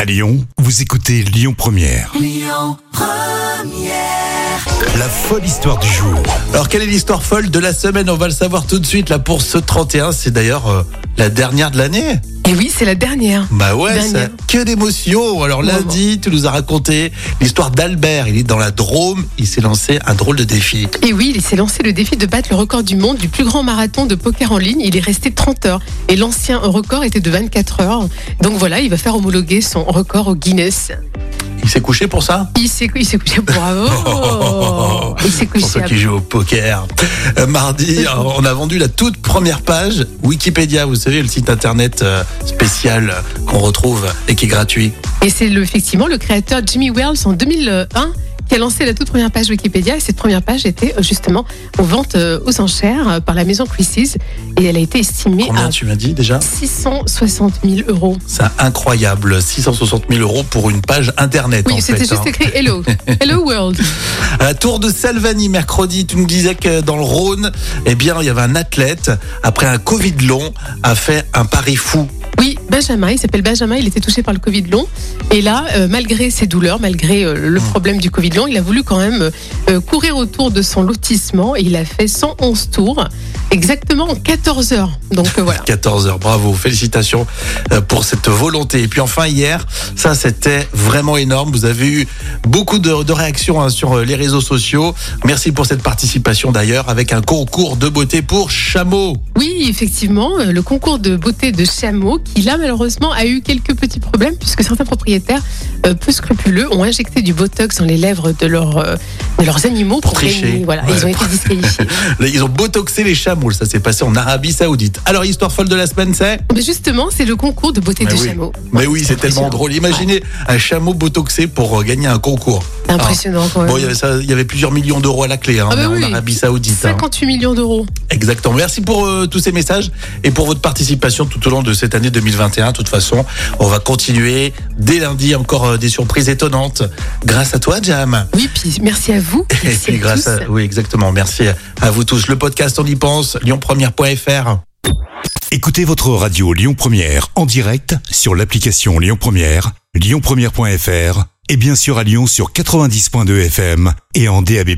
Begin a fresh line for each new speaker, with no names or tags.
À Lyon, vous écoutez Lyon Première. La folle histoire du jour.
Alors quelle est l'histoire folle de la semaine On va le savoir tout de suite là pour ce 31. C'est d'ailleurs euh, la dernière de l'année.
Et oui, c'est la dernière.
Bah ouais, ça-
Dernière.
que d'émotions. Alors
Vraiment.
lundi, tu nous as raconté l'histoire d'Albert. Il est dans la Drôme. Il s'est lancé un drôle de défi.
Et oui, il s'est lancé le défi de battre le record du monde du plus grand marathon de poker en ligne. Il est resté 30 heures. Et l'ancien record était de 24 heures. Donc voilà, il va faire homologuer son record au Guinness.
Il s'est couché pour ça
Il s'est il s'est couché, bravo Il s'est
Pour
couché
ceux
à
qui jouent au poker. Euh, Mardi, on a vendu la toute première page Wikipédia. Vous savez, le site internet euh, spécial euh, qu'on retrouve et qui est gratuit.
Et c'est le- effectivement le créateur Jimmy Wells en 2001 qui a lancé la toute première page Wikipédia. Et cette première page était euh, justement en vente euh, aux enchères euh, par la maison Christie's. Et elle a été estimée
Combien
à
tu m'as dit déjà
660 000 euros.
C'est incroyable. 660 000 euros pour une page internet. en
Oui,
fait,
c'était
hein.
juste écrit Hello. Hello World.
À la tour de Salvani, mercredi, tu nous disais que dans le Rhône, eh bien, il y avait un athlète, après un Covid long, a fait un pari fou.
Oui, Benjamin, il s'appelle Benjamin, il était touché par le Covid long. Et là, euh, malgré ses douleurs, malgré euh,
Hmm.
le problème du Covid long, il a voulu quand même euh, courir autour de son lotissement. Et il a fait 111 tours, exactement en 14 heures. Donc euh, voilà.
14 heures, bravo, félicitations euh, pour cette volonté. Et puis enfin, hier, ça, c'était vraiment énorme. Vous avez eu beaucoup de, de réactions hein, sur euh, les réseaux sociaux. Merci pour cette participation d'ailleurs, avec un concours de beauté pour chameaux.
Oui, effectivement, euh, le concours de beauté de chameau, qui là malheureusement a eu quelques petits problèmes puisque certains propriétaires euh, peu scrupuleux ont injecté du botox dans les lèvres de, leurs euh, de leurs animaux
Pour tricher.
gagner. Voilà,
Ouais.
ils ont été disqualifiés.
Là, Ils ont botoxé les chameaux, ça s'est passé en Arabie Saoudite. Alors, histoire folle de la semaine, c'est
Mais justement, c'est le concours de beauté
Mais
de
oui.
chameau.
Mais oui, c'est tellement
impressionnant.
drôle. Imaginez un chameau botoxé pour euh, gagner un concours.
C'est impressionnant quand même.
Ah. Bon, il y avait, ça- il y avait plusieurs millions d'euros à la clé hein,
Ah bah
en
oui.
Arabie Saoudite. hein.
58 millions d'euros.
Exactement. Merci pour euh, tous ces messages et pour votre participation tout au long de cette année 2021. De toute façon, on va continuer dès lundi encore euh, des surprises étonnantes. Grâce à toi, Jam.
Oui, puis merci à vous.
Et
merci
puis
à
grâce
tous.
à... Oui, exactement. Merci à vous tous. Le podcast, on y pense. lyonpremière.fr.
Écoutez votre radio Lyon Première en direct sur l'application Lyon Première, lyonpremière.fr et bien sûr à Lyon sur 90.2 FM et en DAB+.